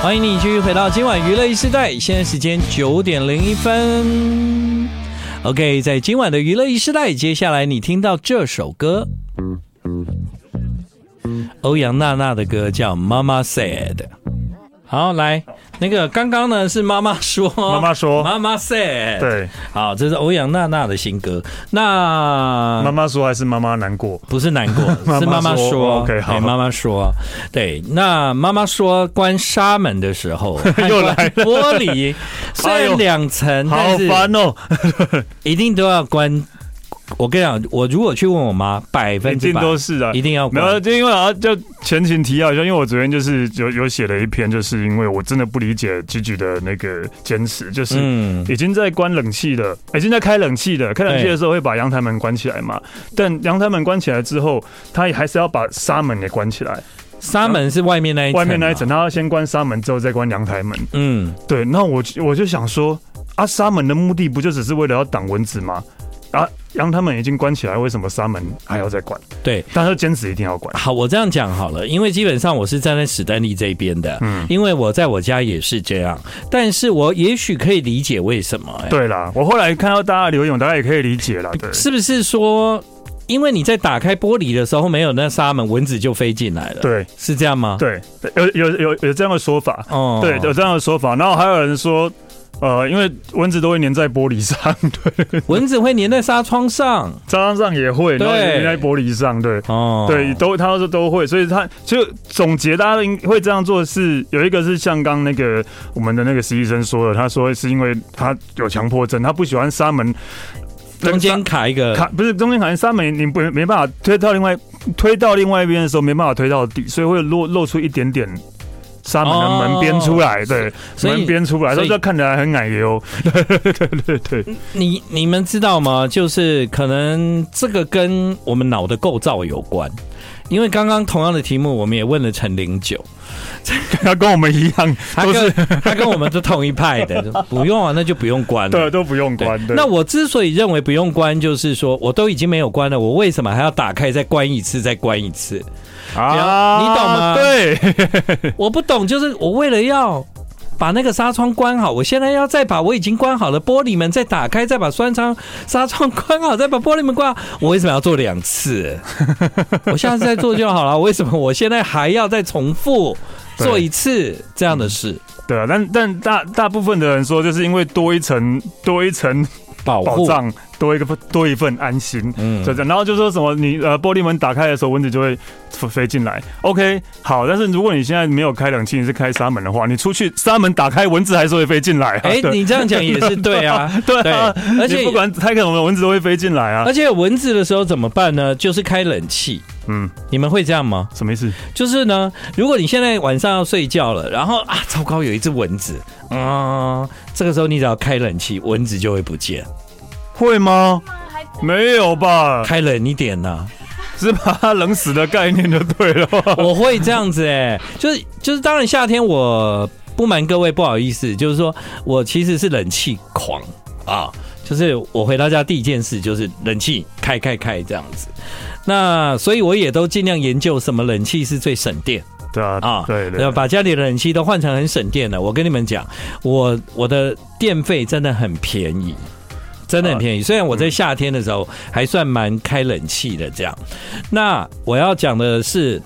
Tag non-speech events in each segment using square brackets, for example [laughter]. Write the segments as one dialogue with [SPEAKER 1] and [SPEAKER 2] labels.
[SPEAKER 1] 欢迎你继续回到今晚娱乐一时代，现在时间九点零一分。OK，在今晚的娱乐一时代，接下来你听到这首歌，欧阳娜娜的歌叫《Mama Said》。好，来，那个刚刚呢是妈妈
[SPEAKER 2] [laughs]
[SPEAKER 1] 说，妈
[SPEAKER 2] 妈说
[SPEAKER 1] 妈妈 said，，
[SPEAKER 2] 对，
[SPEAKER 1] 好，这是欧阳娜娜的新歌。那
[SPEAKER 2] 妈妈说还是妈妈难过。
[SPEAKER 1] 不是难过，
[SPEAKER 2] 妈 [laughs]
[SPEAKER 1] 是妈妈
[SPEAKER 2] 说
[SPEAKER 1] 说。
[SPEAKER 2] OK，好
[SPEAKER 1] 对妈妈说，对，那妈妈说关纱门的时候，
[SPEAKER 2] [laughs] 又来了
[SPEAKER 1] 关玻
[SPEAKER 2] [laughs]
[SPEAKER 1] 璃，虽
[SPEAKER 2] 哎
[SPEAKER 1] 然
[SPEAKER 2] 呦
[SPEAKER 1] 两层，
[SPEAKER 2] 好
[SPEAKER 1] 但是
[SPEAKER 2] 烦哦！
[SPEAKER 1] 一定都要关。我跟你讲，我如果去问我妈，百
[SPEAKER 2] 一
[SPEAKER 1] 分之
[SPEAKER 2] 定
[SPEAKER 1] 百
[SPEAKER 2] 都是
[SPEAKER 1] [laughs]
[SPEAKER 2] 啊，
[SPEAKER 1] 一定要
[SPEAKER 2] 没有，
[SPEAKER 1] 关。
[SPEAKER 2] 就因为啊，就前情提要一下，因为我昨天就是有有写了一篇，就是因为我真的不理解 Gigi 的那个坚持，就是
[SPEAKER 1] 嗯，
[SPEAKER 2] 已经在关冷气的，已经在开冷气的，开冷气的时候会把阳台门关起来嘛，但阳台门关起来之后，他也还是要把纱门给关起来，
[SPEAKER 1] 纱门是外面那一层，啊
[SPEAKER 2] 外面那一层，。他要先关纱门之后再关阳台门。
[SPEAKER 1] 嗯，
[SPEAKER 2] 对，那我就我就想说，啊，纱门的目的不就只是为了要挡蚊子吗？啊，阳台门已经关起来，为什么纱门还要再关？
[SPEAKER 1] 对。
[SPEAKER 2] 但是坚持一定要关。
[SPEAKER 1] 好，我这样讲好了，因为基本上我是站在史丹利这边的，
[SPEAKER 2] 嗯
[SPEAKER 1] 因为我在我家也是这样，但是我也许可以理解为什么、哎
[SPEAKER 2] 对啦，我后来看到大家的留言，我大家也可以理解啦。对，
[SPEAKER 1] 是不是说，因为你在打开玻璃的时候没有那纱门，蚊子就飞进来了？，
[SPEAKER 2] 对，
[SPEAKER 1] 是这样吗？，
[SPEAKER 2] 对，有有有有这样的说法，
[SPEAKER 1] 哦
[SPEAKER 2] 对，有这样的说法。然后还有人说，呃，因为蚊子都会粘在玻璃上， [laughs] 对，
[SPEAKER 1] 蚊子会粘在纱窗上。
[SPEAKER 2] 蟑螂上也会，然后
[SPEAKER 1] 对
[SPEAKER 2] 粘在玻璃上，对。
[SPEAKER 1] 哦，
[SPEAKER 2] 对，都他说都会，所以他就总结，大家应会这样做是有一个是像刚那个我们的那个实习生说的，他说是因为他有强迫症，他不喜欢纱门
[SPEAKER 1] 中间卡一个，
[SPEAKER 2] 卡，不是中间卡纱门，你不没办法推到另外推到另外一边的时候，没办法推到底，所以会露露出一点点。纱门的门边出来，对，
[SPEAKER 1] 所以
[SPEAKER 2] 门边出来，
[SPEAKER 1] 所
[SPEAKER 2] 所
[SPEAKER 1] 以
[SPEAKER 2] 以这看起来很矮油。对对对对，
[SPEAKER 1] 你你们知道吗？就是可能这个跟我们脑的构造有关。因为刚刚同样的题目，我们也问了陈零九，
[SPEAKER 2] 他跟我们一样，
[SPEAKER 1] 他
[SPEAKER 2] 都
[SPEAKER 1] 跟
[SPEAKER 2] 是
[SPEAKER 1] 他跟我们是同一派的，就不用啊，那就不用关了
[SPEAKER 2] 对，。都不用
[SPEAKER 1] 对
[SPEAKER 2] 关。对
[SPEAKER 1] 那我之所以认为不用关，就是说我都已经没有关了，我为什么还要打开再关一次，再关一
[SPEAKER 2] [laughs]
[SPEAKER 1] 次？你懂吗
[SPEAKER 2] 对，
[SPEAKER 1] 我不懂，就是我为了要把那个纱窗关好，我现在要再把我已经关好的玻璃门再打开，再把栓窗纱窗关好，再把玻璃门关好，我为什么要做两次？
[SPEAKER 2] [laughs]
[SPEAKER 1] 我下次再做就好了。为什么我现在还要再重复做一次这样的事？
[SPEAKER 2] 对啊，但但大大部分的人说，就是因为多一层多一层
[SPEAKER 1] 保
[SPEAKER 2] 保
[SPEAKER 1] 护，
[SPEAKER 2] 障，多一个多一份安心，
[SPEAKER 1] 嗯
[SPEAKER 2] 就这样。然后就说什么你呃玻璃门打开的时候，蚊子就会飞飞进来。OK，好，但是如果你现在没有开冷气，你是开纱门的话，你出去纱门打开，蚊子还是会飞进来、啊。
[SPEAKER 1] 哎、
[SPEAKER 2] 对
[SPEAKER 1] 你这样讲也是对
[SPEAKER 2] [laughs]
[SPEAKER 1] 啊，
[SPEAKER 2] 对啊，
[SPEAKER 1] 对而且
[SPEAKER 2] 你不管开什么，蚊子都会飞进来啊
[SPEAKER 1] 而。且有蚊子的时候怎么办呢？就是开冷气。
[SPEAKER 2] 嗯，
[SPEAKER 1] 你们会这样吗？
[SPEAKER 2] 什么意思？
[SPEAKER 1] 就是呢，如果你现在晚上要睡觉了，然后啊，糟糕，有一只蚊子，啊、这个时候你只要开冷气，蚊子就会不见。
[SPEAKER 2] 会吗？没有吧，
[SPEAKER 1] 开冷一点呐、
[SPEAKER 2] 是把它冷死的概念就对了。
[SPEAKER 1] 我会这样子哎、就是就是，当然夏天我不瞒各位，不好意思，就是说我其实是冷气狂啊，就是我回到家第一件事就是冷气开开开这样子。那所以我也都尽量研究什么冷气是最省电。
[SPEAKER 2] 对啊，
[SPEAKER 1] 啊，
[SPEAKER 2] 对对
[SPEAKER 1] 呃把家里的冷气都换成很省电的。我跟你们讲，我我的电费真的很便宜。真的很
[SPEAKER 2] 啊
[SPEAKER 1] 便宜，虽然我在夏天的时候还算蛮开冷气的这样。那我要讲的是，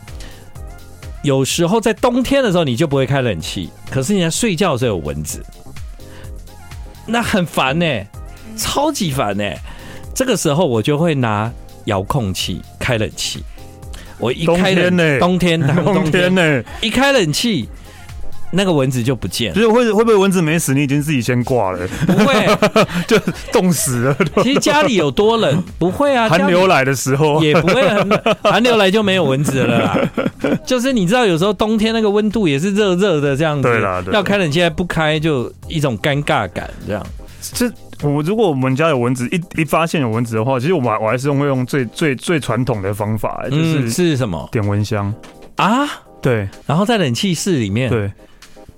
[SPEAKER 1] 有时候在冬天的时候你就不会开冷气，可是你在睡觉的时候有蚊子，那很烦呢、超级烦呢、这个时候我就会拿遥控器开冷气。我一开
[SPEAKER 2] 冬天
[SPEAKER 1] 冷
[SPEAKER 2] 呢
[SPEAKER 1] 冬天，冬
[SPEAKER 2] 冬
[SPEAKER 1] 天
[SPEAKER 2] 天呢、
[SPEAKER 1] 一开冷气，那个蚊子就不见
[SPEAKER 2] 就
[SPEAKER 1] 了。
[SPEAKER 2] [laughs] 是会会不会蚊子没死，你已经自己先挂了， [laughs]
[SPEAKER 1] 不会，
[SPEAKER 2] 就冻死了。
[SPEAKER 1] 其实家里有多冷，不会啊，
[SPEAKER 2] [laughs] 寒
[SPEAKER 1] 家里
[SPEAKER 2] 流来的时候，
[SPEAKER 1] 也不会很
[SPEAKER 2] [laughs]
[SPEAKER 1] 冷，寒流来就没有蚊子了啦。就是你知道，有时候冬天那个温度也是热热的这样子，
[SPEAKER 2] 对啦对啦
[SPEAKER 1] 要开冷气还不开，就一种尴尬感这样。
[SPEAKER 2] 这我如果我们家有蚊子，一一发现有蚊子的话，其实我还我还是用会用最最最传统的方法，就
[SPEAKER 1] 嗯，
[SPEAKER 2] 是
[SPEAKER 1] 是什么
[SPEAKER 2] 点蚊香。
[SPEAKER 1] 啊？
[SPEAKER 2] 对
[SPEAKER 1] 然后在冷气室里面，
[SPEAKER 2] 对，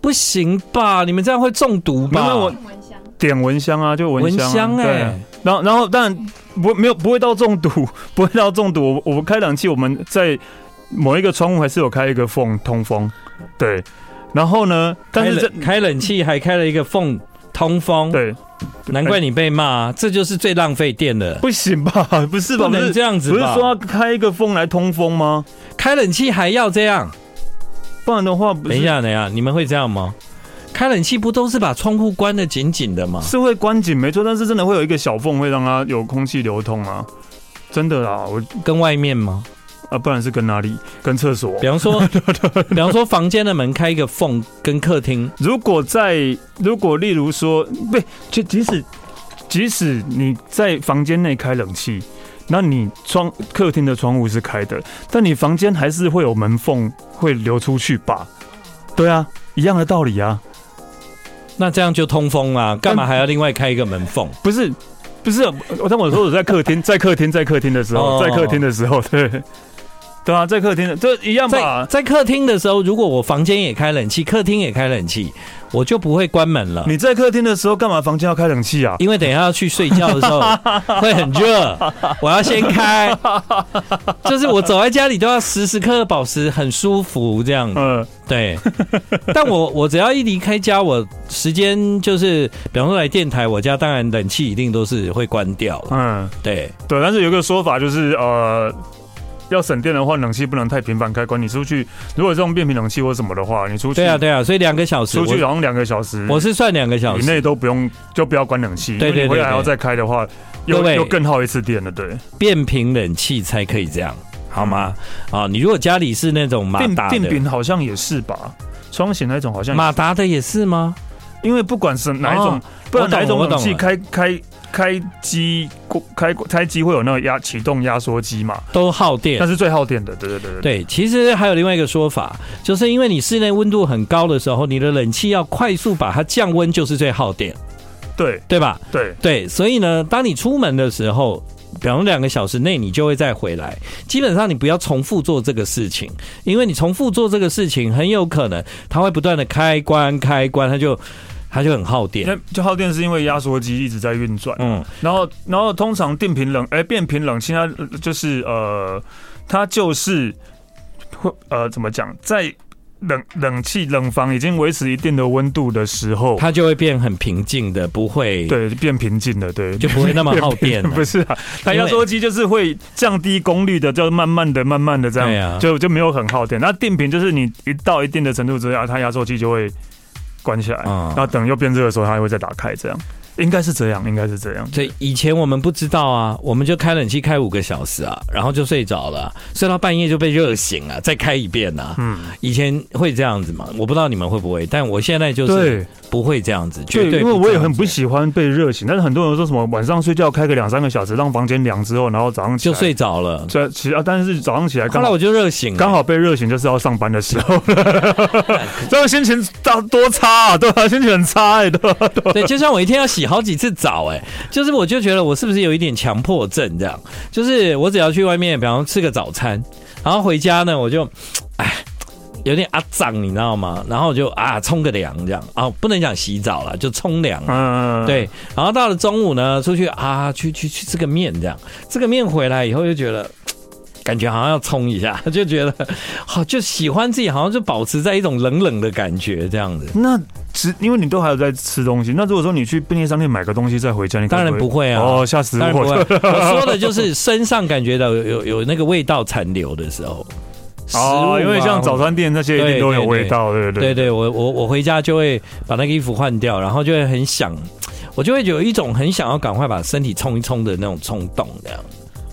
[SPEAKER 1] 不行吧？你们这样会中毒吧？
[SPEAKER 2] 没有我
[SPEAKER 3] 送蚊香，
[SPEAKER 2] 点蚊香啊，就蚊
[SPEAKER 1] 蚊
[SPEAKER 2] 香、啊。
[SPEAKER 1] 香哎、
[SPEAKER 2] 对啊然后然后但不没有不会到中毒， [laughs] 不会到中毒。我我们开冷气，我们在某一个窗户还是有开一个缝通风。对，然后呢，但是
[SPEAKER 1] 开
[SPEAKER 2] 这
[SPEAKER 1] 冷开冷气还开了一个缝通风，
[SPEAKER 2] 对
[SPEAKER 1] 难怪你被骂啊、这就是最浪费电的。
[SPEAKER 2] 不行吧？不是吧？
[SPEAKER 1] 不
[SPEAKER 2] 不
[SPEAKER 1] 能
[SPEAKER 2] 是
[SPEAKER 1] 这样子
[SPEAKER 2] 不是
[SPEAKER 1] 吧？
[SPEAKER 2] 说要开一个缝来通风吗？
[SPEAKER 1] 开冷气还要这样？
[SPEAKER 2] 不然的话，不
[SPEAKER 1] 等一
[SPEAKER 2] 是
[SPEAKER 1] 下，等一下，你们会这样吗？开冷气不都是把窗户关得紧紧的吗？
[SPEAKER 2] 是会关紧没错，但是真的会有一个小缝，会让它有空气流通啊。真的啦，我
[SPEAKER 1] 跟外面吗？
[SPEAKER 2] 啊，不然是跟哪里？跟厕所
[SPEAKER 1] 比。方说， [laughs] 比方说房间的门开一个缝，跟客厅
[SPEAKER 2] 如果在，如果例如说，不，就即使即使你在房间内开冷气，那你窗客厅的窗户是开的，但你房间还是会有门缝会流出去吧？对啊，一样的道理啊，
[SPEAKER 1] 那这样就通风啦、干嘛还要另外开一个门缝？
[SPEAKER 2] 不是。不是，我但我说我在
[SPEAKER 1] [laughs]
[SPEAKER 2] 客厅，在客厅，在客厅的时候，
[SPEAKER 1] 哦
[SPEAKER 2] 在客厅的时候，对，对啊，在客厅的，这一样
[SPEAKER 1] 在
[SPEAKER 2] 吧？
[SPEAKER 1] 在客厅的时候，如果我房间也开冷气， [laughs] 客厅也开冷气，我就不会关门了。
[SPEAKER 2] 你在客厅的时候，干嘛房间要开冷气啊？
[SPEAKER 1] 因为等一下要去睡觉的时 [laughs] 候会很热，我要先开，就是我走在家里都要时时刻刻保持很舒服这样。
[SPEAKER 2] 嗯，
[SPEAKER 1] 对， [laughs] 但我我只要一离开家，我时间就是，比方说来电台，我家当然冷气一定都是会关掉了。
[SPEAKER 2] 嗯，
[SPEAKER 1] 对，
[SPEAKER 2] 对，但是有一个说法就是，呃，要省电的话，冷气不能太频繁开关。你出去，如果这种变频冷气或什么的话，你出去，
[SPEAKER 1] 对啊，对啊，所以两个小时，
[SPEAKER 2] 出去
[SPEAKER 1] 我
[SPEAKER 2] 好像两个小时
[SPEAKER 1] 我是算两个小
[SPEAKER 2] 以
[SPEAKER 1] 时，
[SPEAKER 2] 内都不用，就不要关冷气。
[SPEAKER 1] 对对
[SPEAKER 2] 因为你回来
[SPEAKER 1] 对对
[SPEAKER 2] 还要再开的话，
[SPEAKER 1] 各
[SPEAKER 2] 又
[SPEAKER 1] 位
[SPEAKER 2] 又更耗一次电了。对，
[SPEAKER 1] 变频冷气才可以这样，好吗？啊，你如果家里是那种马
[SPEAKER 2] 电
[SPEAKER 1] 达
[SPEAKER 2] 嗯电
[SPEAKER 1] 的，
[SPEAKER 2] 饼好像也是吧，双型那种好像，
[SPEAKER 1] 马达的也是吗？
[SPEAKER 2] 因为不管是哪一种
[SPEAKER 1] 哦，
[SPEAKER 2] 不
[SPEAKER 1] 我
[SPEAKER 2] 管
[SPEAKER 1] 懂
[SPEAKER 2] 哪一种
[SPEAKER 1] 我懂
[SPEAKER 2] 冷气
[SPEAKER 1] 了
[SPEAKER 2] 开开开机开开机会有那个压启动压缩机嘛，
[SPEAKER 1] 都耗电
[SPEAKER 2] 那。是最耗电的。对对对对。
[SPEAKER 1] 对，其实还有另外一个说法，就是因为你室内温度很高的时候，你的冷气要快速把它降温，就是最耗电，
[SPEAKER 2] 对
[SPEAKER 1] 对吧？
[SPEAKER 2] 对
[SPEAKER 1] 对，所以呢，当你出门的时候，比方说两个小时内你就会再回来。基本上你不要重复做这个事情，因为你重复做这个事情，很有可能它会不断的开关开关，它
[SPEAKER 2] 嗯
[SPEAKER 1] 就它就很耗电。
[SPEAKER 2] 那就耗电是因为压缩机一直在运转，
[SPEAKER 1] 嗯，
[SPEAKER 2] 然后然后通常电瓶冷哎、变频冷气它呃就是呃它就是会呃怎么讲，在冷冷气冷房已经维持一定的温度的时候，
[SPEAKER 1] 它就会变很平静的，不会
[SPEAKER 2] 对变平静了，对，
[SPEAKER 1] 就不会那
[SPEAKER 2] [laughs]
[SPEAKER 1] 么耗电了
[SPEAKER 2] 不是啊，它
[SPEAKER 1] 因为
[SPEAKER 2] 压缩机就是会降低功率的，就慢慢的、慢慢的这
[SPEAKER 1] 对
[SPEAKER 2] 样，
[SPEAKER 1] 啊
[SPEAKER 2] 就就没有很耗电。那电瓶就是你一到一定的程度之后，它压缩机就会关起来，
[SPEAKER 1] 嗯
[SPEAKER 2] 然后等又变热的时候，它又会再打开，这样应该是这样，应该是这样。
[SPEAKER 1] 所以以前我们不知道啊，我们就开冷气开五个小时啊，然后就睡着了啊、睡到半夜就被热醒啊，再开一遍啊。
[SPEAKER 2] 嗯，
[SPEAKER 1] 以前会这样子嘛？我不知道你们会不会，但我现在就是
[SPEAKER 2] 对
[SPEAKER 1] 不会这样子，绝对
[SPEAKER 2] 因为
[SPEAKER 1] 这样
[SPEAKER 2] 我也很
[SPEAKER 1] 子
[SPEAKER 2] 不喜欢被热醒，但是很多人说什么晚上睡觉开个两三个小时，让房间凉之后，然后早上起
[SPEAKER 1] 就
[SPEAKER 2] 来
[SPEAKER 1] 睡着了。
[SPEAKER 2] 这起啊，但是早上起来
[SPEAKER 1] 后
[SPEAKER 2] 刚
[SPEAKER 1] 来
[SPEAKER 2] 好
[SPEAKER 1] 我就热醒了，
[SPEAKER 2] 刚好被热醒，就是要上班的时候， [laughs] 这样心情大多差啊，对啊？心情很差哎、对吧、
[SPEAKER 1] 对，就像我一天要洗好几次澡、哎，就是我就觉得我是不是有一点强迫症这样？就是我只要去外面，比方说吃个早餐，然后回家呢，我就，哎，有点啊脏，你知道吗？然后我就啊冲个凉这样啊，不能讲洗澡了，就冲凉。
[SPEAKER 2] 嗯，
[SPEAKER 1] 对，然后到了中午呢，出去啊，去去去吃个面这样，吃个面回来以后就觉得。嘖感觉好像要冲一下，就觉得好，就喜欢自己，好像就保持在一种冷冷的感觉这样子。
[SPEAKER 2] 那吃，因为你都还有在吃东西，那如果说你去便利商店买个东西再回家，你可
[SPEAKER 1] 当
[SPEAKER 2] 能
[SPEAKER 1] 然不会啊，
[SPEAKER 2] 哦，吓死
[SPEAKER 1] 当然不会
[SPEAKER 2] 我！。
[SPEAKER 1] 我
[SPEAKER 2] [laughs]
[SPEAKER 1] 说的就是身上感觉到有有有那个味道残留的时候，食物啊
[SPEAKER 2] 哦，因为像早餐店那些一定都有味道，对不
[SPEAKER 1] 对
[SPEAKER 2] 对？
[SPEAKER 1] 对，我我我回家就会把那个衣服换掉，然后就会很想，我就会有一种很想要赶快把身体冲一冲的那种冲动，这样。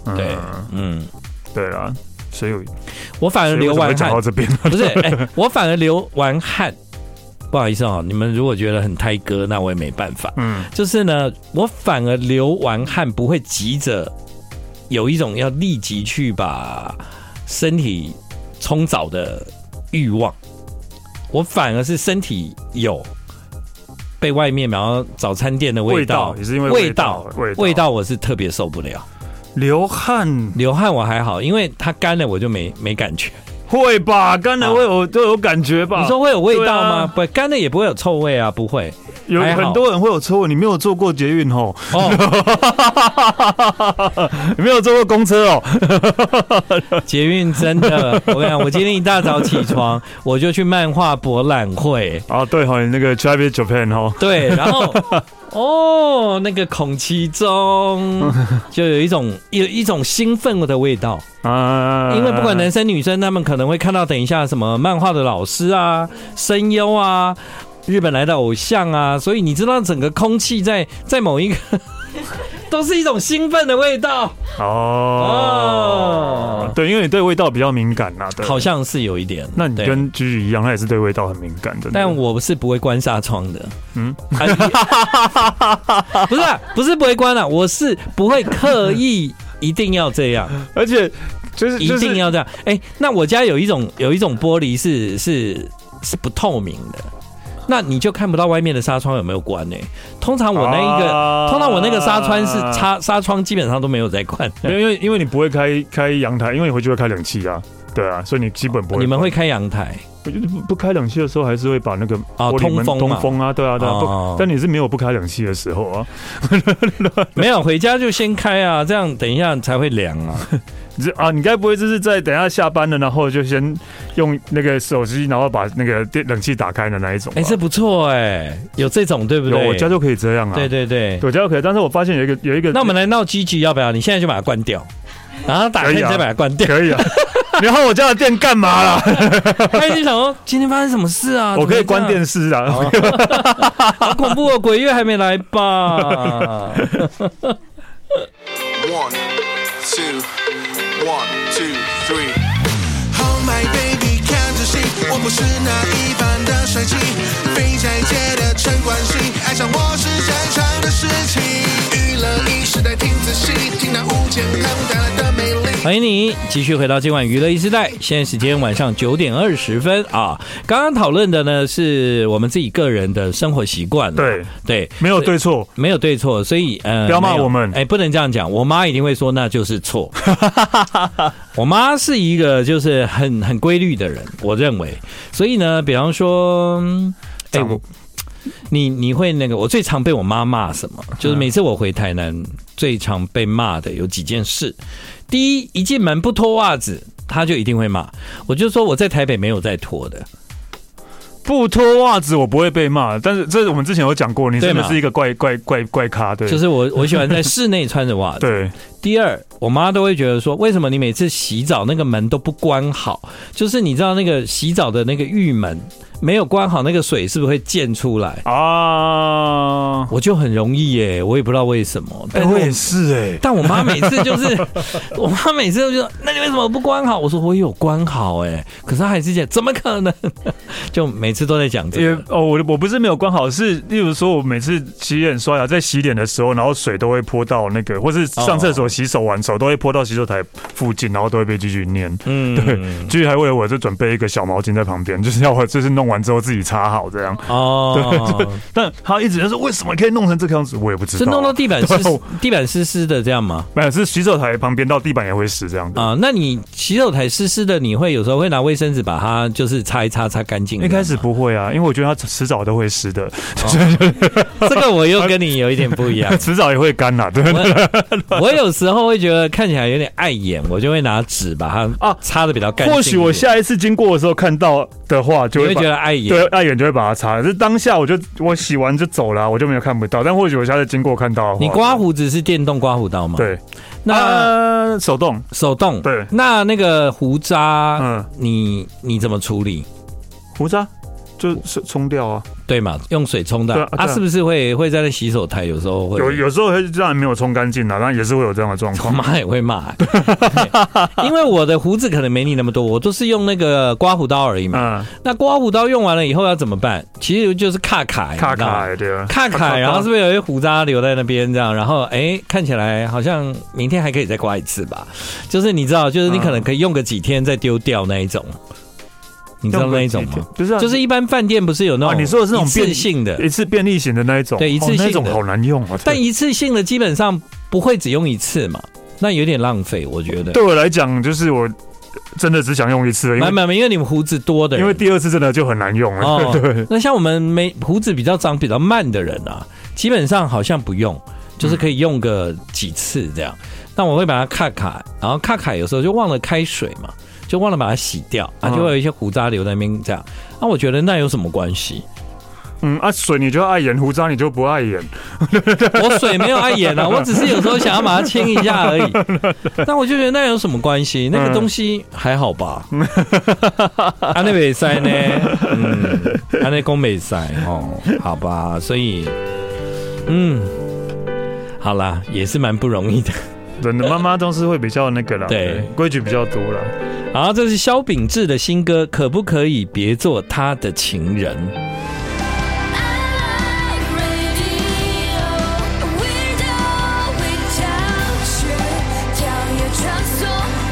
[SPEAKER 2] 嗯
[SPEAKER 1] 对嗯，
[SPEAKER 2] 对啊，所以
[SPEAKER 1] 我反而
[SPEAKER 2] 所以为
[SPEAKER 1] 流
[SPEAKER 2] 什么会
[SPEAKER 1] 完
[SPEAKER 2] 讲到
[SPEAKER 1] 汗，
[SPEAKER 2] 这边呢？
[SPEAKER 1] 不是，哎、我反而流完汗不好意思哦，你们如果觉得很胎哥，那我也没办法。
[SPEAKER 2] 嗯，
[SPEAKER 1] 就是呢，我反而流完汗不会急着，有一种要立即去把身体冲澡的欲望，我反而是身体有被外面然后早餐店的味道，
[SPEAKER 2] 味道也是因为
[SPEAKER 1] 味
[SPEAKER 2] 味道味道
[SPEAKER 1] 味道我是特别受不了。
[SPEAKER 2] 流汗
[SPEAKER 1] 流汗我还好，因为它干了我就没没感觉。
[SPEAKER 2] 会吧？干
[SPEAKER 1] 啊
[SPEAKER 2] 了会有都有感觉吧？
[SPEAKER 1] 你说会有味道吗？
[SPEAKER 2] 对啊
[SPEAKER 1] 不，干的也不会有臭味啊，不会。
[SPEAKER 2] 有
[SPEAKER 1] 还好
[SPEAKER 2] 很多人会有车尾，你没有坐过捷运 [laughs] 哦，
[SPEAKER 1] 哦，
[SPEAKER 2] 你没有坐过公车哦，
[SPEAKER 1] 哦捷运真的，我跟你讲，我今天一大早起床，我就去漫画博览会，
[SPEAKER 2] 啊，对哈，你那个 Travel Japan 哦，
[SPEAKER 1] 对，然
[SPEAKER 2] [laughs]
[SPEAKER 1] 后哦，那个孔其
[SPEAKER 2] [laughs]
[SPEAKER 1] 中就有一种有一种兴奋的味道，
[SPEAKER 2] 啊，
[SPEAKER 1] 因为不管男生女生，他们可能会看到等一下什么漫画的老师啊、声优啊、日本来的偶像啊，所以你知道整个空气在在某
[SPEAKER 2] [laughs]
[SPEAKER 1] 一个都是一种兴奋的味道
[SPEAKER 2] 哦，
[SPEAKER 1] 哦，
[SPEAKER 2] 对，因为你对味道比较敏感呐、啊对，
[SPEAKER 1] 好像是有一点。
[SPEAKER 2] 那你
[SPEAKER 1] 对
[SPEAKER 2] 跟居居一样，他也是对味道很敏感，真的。
[SPEAKER 1] 但我是不会关纱窗的。嗯 [laughs]
[SPEAKER 2] 嗯，
[SPEAKER 1] 不是啊、不是不会关了、我是不会刻意一定要这
[SPEAKER 2] [laughs]
[SPEAKER 1] 样，
[SPEAKER 2] 而且就是
[SPEAKER 1] 一定要这样。哎、那我家有一种有一种玻璃是是是不透明的。那你就看不到外面的纱窗有没有关呢、通常我那一个，
[SPEAKER 2] 啊
[SPEAKER 1] 通常我那个纱窗是纱纱窗基本上都没有在关。
[SPEAKER 2] 没有，因为因为你不会开开阳台，因为你回去会开冷气啊，对啊，所以你基本不会。
[SPEAKER 1] 哦你们会开阳台 [laughs]
[SPEAKER 2] 我觉得不不开冷气的时候，还是会把那个
[SPEAKER 1] 哦
[SPEAKER 2] 玻璃
[SPEAKER 1] 通
[SPEAKER 2] 门
[SPEAKER 1] 风嘛
[SPEAKER 2] 通风啊，对啊对啊。
[SPEAKER 1] 哦
[SPEAKER 2] 不，但你是没有不开冷气的时候啊，
[SPEAKER 1] 没有？回家就先开啊，这样等一下才会凉啊。
[SPEAKER 2] 你这啊，你该不会就是在等一下下班了，然后就先用那个手机，然后把那个电冷气打开的那一种吧？
[SPEAKER 1] 哎、这不错哎、有这种对不
[SPEAKER 2] 有
[SPEAKER 1] 对？
[SPEAKER 2] 我家就可以这样啊，
[SPEAKER 1] 对对对。
[SPEAKER 2] 我家就可以。但是我发现有一个有一个，
[SPEAKER 1] 那我们来闹积极要不要？你现在就把它关掉，然后打开
[SPEAKER 2] [laughs] 可
[SPEAKER 1] 你
[SPEAKER 2] 以啊
[SPEAKER 1] 再把它关
[SPEAKER 2] [laughs]
[SPEAKER 1] 掉。
[SPEAKER 2] 可以啊。你要我家的电干
[SPEAKER 1] [laughs]
[SPEAKER 2] 嘛啦？
[SPEAKER 1] 他一直哎想说今天发生什么事啊？
[SPEAKER 2] 我可以关
[SPEAKER 1] 怎么
[SPEAKER 2] 电视啊。
[SPEAKER 1] 哦会这样， [laughs] 好恐怖哦！鬼月还没来
[SPEAKER 2] [laughs]
[SPEAKER 1] 吧？
[SPEAKER 3] One, two, one, two, three.
[SPEAKER 4] Oh my baby，看着戏，我不是那一般的帅气，肥宅界的陈冠希，爱上我是正常的事情。娱乐一时代，听仔细，听那无间恨带来的魅力。
[SPEAKER 1] 欢迎你继续回到今晚娱乐一时代，现在时间晚上九点二十分啊。刚刚讨论的呢是我们自己个人的生活习惯了，
[SPEAKER 2] 对，
[SPEAKER 1] 对，
[SPEAKER 2] 没有对错，
[SPEAKER 1] 没有对错，所以呃，
[SPEAKER 2] 不要骂
[SPEAKER 1] 没有
[SPEAKER 2] 我们
[SPEAKER 1] 哎、不能这样讲，我妈一定会说那就是
[SPEAKER 2] [laughs]
[SPEAKER 1] 错。我妈是一个就是很很规律的人，我认为，所以呢，比方说，嗯哎、
[SPEAKER 2] 长
[SPEAKER 1] 我你你会那个，我最常被我妈骂什
[SPEAKER 2] 嗯
[SPEAKER 1] 么？就是每次我回台南，最常被骂的有几件事。第一，一进门不脱袜子，她就一定会骂。我就说我在台北没有在脱的，
[SPEAKER 2] 不脱袜子我不会被骂，但是这是我们之前有讲过，你真
[SPEAKER 1] 对
[SPEAKER 2] 的
[SPEAKER 1] 嘛
[SPEAKER 2] 是一个怪怪怪怪咖，对，
[SPEAKER 1] 就是我我喜欢在室内穿着袜子。
[SPEAKER 2] 对，
[SPEAKER 1] 第二，我妈都会觉得说，为什么你每次洗澡那个门都不关好？就是你知道那个洗澡的那个浴门没有关好，那个水是不是会溅出来？
[SPEAKER 2] 啊，
[SPEAKER 1] 我就很容易耶，我也不知道为什么。
[SPEAKER 2] [laughs] 哎、
[SPEAKER 1] 但是
[SPEAKER 2] 我
[SPEAKER 1] 我
[SPEAKER 2] 也是哎、
[SPEAKER 1] 但我妈每次就是，我妈每次就说：“那你为什么不关好？”我说：“我有关好哎。”可是她还是讲：“怎么可能？” [laughs] 就每次都在讲这
[SPEAKER 2] 也
[SPEAKER 1] 个。
[SPEAKER 2] 哦，我我不是没有关好，是例如说，我每次洗脸刷牙，在洗脸的时候，然后水都会泼到那个，或是上厕
[SPEAKER 1] 哦
[SPEAKER 2] 所洗手完手都会泼到洗手台附近，然后都会被继续念。
[SPEAKER 1] 嗯，
[SPEAKER 2] [laughs] 对，继续还为了我就准备一个小毛巾在旁边，就是要我就是弄完之后自己擦好这样。 [laughs]
[SPEAKER 1] 哦，
[SPEAKER 2] 但他一直就说为什么可以弄成这个样子，我也不知
[SPEAKER 1] 是
[SPEAKER 2] 道啊。
[SPEAKER 1] 弄到地板湿
[SPEAKER 2] 对我，
[SPEAKER 1] 地板湿湿的这样吗？
[SPEAKER 2] 没有是洗手台旁边到地板也会湿这样的。
[SPEAKER 1] 啊、那你洗手台湿湿的，你会有时候会拿卫生纸把它就是擦一擦，擦干净。
[SPEAKER 2] 一开始 [laughs] 不会啊，因为我觉得它迟早都会湿
[SPEAKER 1] 哦
[SPEAKER 2] [laughs] 的，，
[SPEAKER 1] [laughs] 这个我又跟你有一点不一样
[SPEAKER 2] [laughs] 迟早也会干呐、对。
[SPEAKER 1] 我有时候会觉得看起来有点碍眼，我就会拿纸把它啊
[SPEAKER 2] 啊
[SPEAKER 1] 擦的比较干净一点。
[SPEAKER 2] 或许我下一次经过的时候看到的话，
[SPEAKER 1] 你
[SPEAKER 2] 就
[SPEAKER 1] 会
[SPEAKER 2] 会把
[SPEAKER 1] 觉得碍眼，
[SPEAKER 2] 对爱远就会把它擦。这当下我就我洗完就走了啊、我就没有看不到。但或许我下次经过看到的话
[SPEAKER 1] 你刮胡子是电动刮胡刀吗？，
[SPEAKER 2] 对，
[SPEAKER 1] 那
[SPEAKER 2] 啊手动
[SPEAKER 1] 手动
[SPEAKER 2] 对
[SPEAKER 1] 那那个胡渣，
[SPEAKER 2] 嗯
[SPEAKER 1] 你你怎么处理？
[SPEAKER 2] 胡渣就是冲掉啊。
[SPEAKER 1] 对嘛，用水冲的
[SPEAKER 2] 对啊
[SPEAKER 1] 啊，
[SPEAKER 2] 对啊
[SPEAKER 1] 是不是会会在那洗手台有时候会
[SPEAKER 2] 有有时候会让人没有冲干净啊，然后也是会有这样的状
[SPEAKER 1] 我
[SPEAKER 2] 况。
[SPEAKER 1] 妈也会骂、 [laughs] 对因为我的胡子可能没你那么多，我都是用那个刮胡刀而已嘛。
[SPEAKER 2] 嗯，
[SPEAKER 1] 那刮胡刀用完了以后要怎么办？其实就是卡卡，
[SPEAKER 2] 卡
[SPEAKER 1] 你知道吗
[SPEAKER 2] 卡对啊，
[SPEAKER 1] 看看，然后是不是有一胡渣留在那边这样？然后哎，看起来好像明天还可以再刮一次吧。就是你知道，就是你可能可以用个几天再丢掉那一种，你知道那一种吗？？
[SPEAKER 2] 不是啊，
[SPEAKER 1] 就是一般饭店不是有那
[SPEAKER 2] 啊
[SPEAKER 1] 种
[SPEAKER 2] 你说的是那种
[SPEAKER 1] 一次性的，
[SPEAKER 2] 一次便利型的那一种，
[SPEAKER 1] 对一次
[SPEAKER 2] 哦
[SPEAKER 1] 性的
[SPEAKER 2] 那种好难用啊。
[SPEAKER 1] 但
[SPEAKER 2] 对
[SPEAKER 1] 一次性的基本上不会只用一次嘛，那有点浪费，我觉得。
[SPEAKER 2] 对我来讲，就是我真的只想用一次，因
[SPEAKER 1] 没
[SPEAKER 2] 为
[SPEAKER 1] 没没，因为你们胡子多的人，
[SPEAKER 2] 因为第二次真的就很难用了。
[SPEAKER 1] 哦
[SPEAKER 2] [laughs] 对，
[SPEAKER 1] 那像我们没胡子比较长、比较慢的人啊，基本上好像不用，就是可以用个几次这样。那我会把它卡卡，然后卡卡有时候就忘了开水嘛，就忘了把它洗掉，啊，
[SPEAKER 2] 嗯
[SPEAKER 1] 就会有一些胡渣留在那边这样。那、我觉得那有什么关系？
[SPEAKER 2] 嗯，啊，水你就爱演，胡渣你就不爱演。
[SPEAKER 1] [laughs] 我水没有碍眼啊，我只是有时候想要把它清一下而已。但我就觉得那有什么关系？那个东西还好吧？啊安内美塞呢？嗯，安内公美塞哦，好吧，所以嗯。好啦，也是蛮不容易的。
[SPEAKER 2] 人的妈妈都是会比较那个啦，
[SPEAKER 1] 对
[SPEAKER 2] 规矩比较多啦。
[SPEAKER 1] 好，这是萧秉治的新歌，可不可以别做他的情人？
[SPEAKER 5] Radio，味道会飘雪，跳跃穿梭，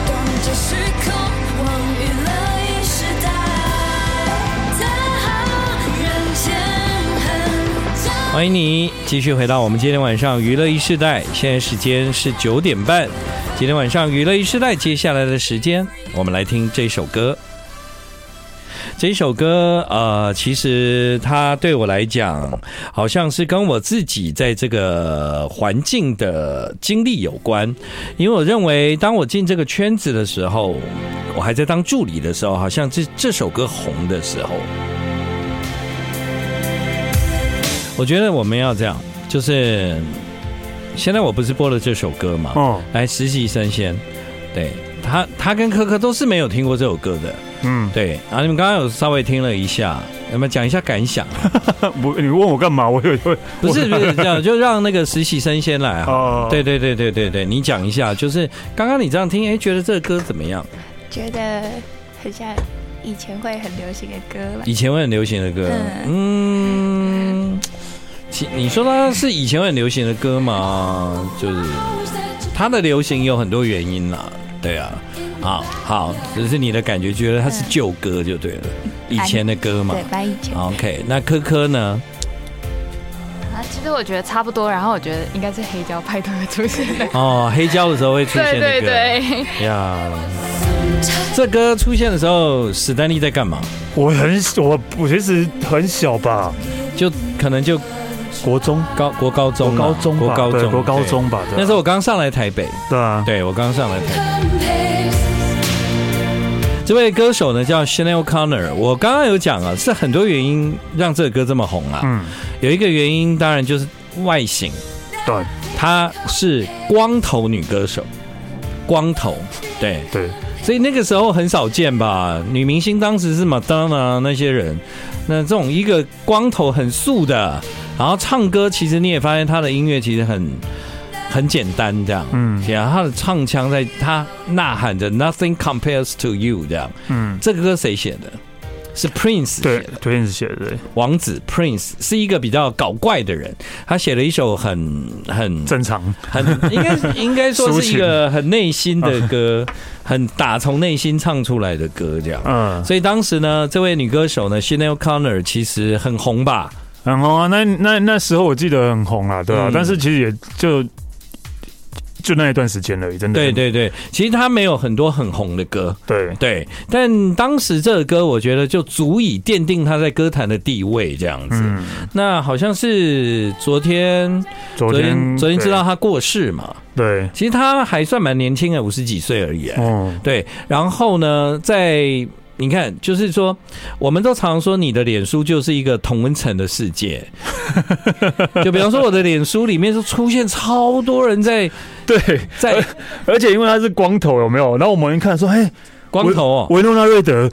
[SPEAKER 5] 冻结时空，忘于了一时代。他好人间很。
[SPEAKER 1] 欢迎你继续回到我们今天晚上娱乐一世代，现在时间是九点半。今天晚上娱乐一世代，接下来的时间我们来听这首歌。这首歌，呃，其实它对我来讲，好像是跟我自己在这个环境的经历有关。因为我认为，当我进这个圈子的时候，我还在当助理的时候，好像这这首歌红的时候，我觉得我们要这样，就是现在我不是播了这首歌嘛，
[SPEAKER 2] 哦，
[SPEAKER 1] 来实习生先，对他，他跟科科都是没有听过这首歌的，
[SPEAKER 2] 嗯，
[SPEAKER 1] 对，然后你们刚刚有稍微听了一下，那么讲一下感想，啊
[SPEAKER 2] [laughs] 我你问我干嘛？我有有
[SPEAKER 1] 不是不是这样，就让那个实习生先来啊。
[SPEAKER 2] 哦，
[SPEAKER 1] 对对对对对对，你讲一下，就是刚刚你这样听，哎，觉得这个歌怎么样？
[SPEAKER 6] 觉得很像以前会很流行的歌吧。
[SPEAKER 1] 以前会很流行的歌，嗯，其你说它是以前会很流行的歌吗？就是它的流行有很多原因啦，对啊，啊，好，只是你的感觉觉得它是旧歌就对了，以前的歌嘛
[SPEAKER 6] 嗯对，。把以前
[SPEAKER 1] OK，那科科呢？
[SPEAKER 7] 啊，其实我觉得差不多，然后我觉得应该是黑胶派对会出现的。
[SPEAKER 1] 哦，黑胶的时候会出现
[SPEAKER 7] 对
[SPEAKER 1] 的
[SPEAKER 7] 对
[SPEAKER 1] 歌
[SPEAKER 7] 对，
[SPEAKER 1] 呀。这歌出现的时候，史丹利在干嘛？
[SPEAKER 2] 我很我我其实很小吧，
[SPEAKER 1] 就可能就
[SPEAKER 2] 国中、
[SPEAKER 1] 高国高中
[SPEAKER 2] 国
[SPEAKER 1] 嘛，
[SPEAKER 2] 高中吧、
[SPEAKER 1] 国高
[SPEAKER 2] 对
[SPEAKER 1] 中，
[SPEAKER 2] 国高中吧。
[SPEAKER 1] 对。
[SPEAKER 2] 对
[SPEAKER 1] 那时候我刚上来台北，
[SPEAKER 2] 对啊，
[SPEAKER 1] 对我刚上来台北。这位歌手呢叫 Chanel Connor，我刚刚有讲啊，是很多原因让这个歌这么红啊。
[SPEAKER 2] 嗯，
[SPEAKER 1] 有一个原因当然就是外形，
[SPEAKER 2] 对
[SPEAKER 1] 她是光头女歌手，光头，对，
[SPEAKER 2] 对，
[SPEAKER 1] 所以那个时候很少见吧。女明星当时是 Madonna 那些人，那这种一个光头很素的，然后唱歌，其实你也发现她的音乐其实很很简单这样。
[SPEAKER 2] 嗯
[SPEAKER 1] 然后他的唱腔在他呐喊着 “Nothing compares to you” 这样。
[SPEAKER 2] 嗯，
[SPEAKER 1] 这个歌谁写的？是 Prince 写
[SPEAKER 2] 对
[SPEAKER 1] 的，，
[SPEAKER 2] 推荐是写的，对
[SPEAKER 1] 王子 Prince 是一个比较搞怪的人，他写了一首很很
[SPEAKER 2] 正常。
[SPEAKER 1] 很 [laughs] 应该应该说是一个很内心的歌， [laughs] 很打从内心唱出来的歌这样。
[SPEAKER 2] 嗯，
[SPEAKER 1] 所以当时呢，这位女歌手呢 c h a n e l Connor 其实很红吧？
[SPEAKER 2] 很红啊。那那那时候我记得很红啊，对啊。
[SPEAKER 1] 嗯
[SPEAKER 2] 但是其实也就就那一段时间而已，真的。
[SPEAKER 1] 对对对，其实她没有很多很红的歌，
[SPEAKER 2] 对，
[SPEAKER 1] 对，但当时这个歌，我觉得就足以奠定他在歌坛的地位，这样子。
[SPEAKER 2] 嗯，
[SPEAKER 1] 那好像是昨天，
[SPEAKER 2] 昨天
[SPEAKER 1] 昨天知道他过世嘛？
[SPEAKER 2] 对，
[SPEAKER 1] 其实他还算蛮年轻的，五十几岁而已、啊
[SPEAKER 2] 对哦，
[SPEAKER 1] 对，然后呢，在你看，就是说，我们都常说你的脸书就是一个同温层的世界。 [laughs] 就比方说，我的脸书里面就出现超多人在
[SPEAKER 2] 对。
[SPEAKER 1] 在
[SPEAKER 2] [laughs] 而且因为他是光头，有没有？然后我们一看说，哎、
[SPEAKER 1] 光头哦，
[SPEAKER 2] 维维诺纳瑞德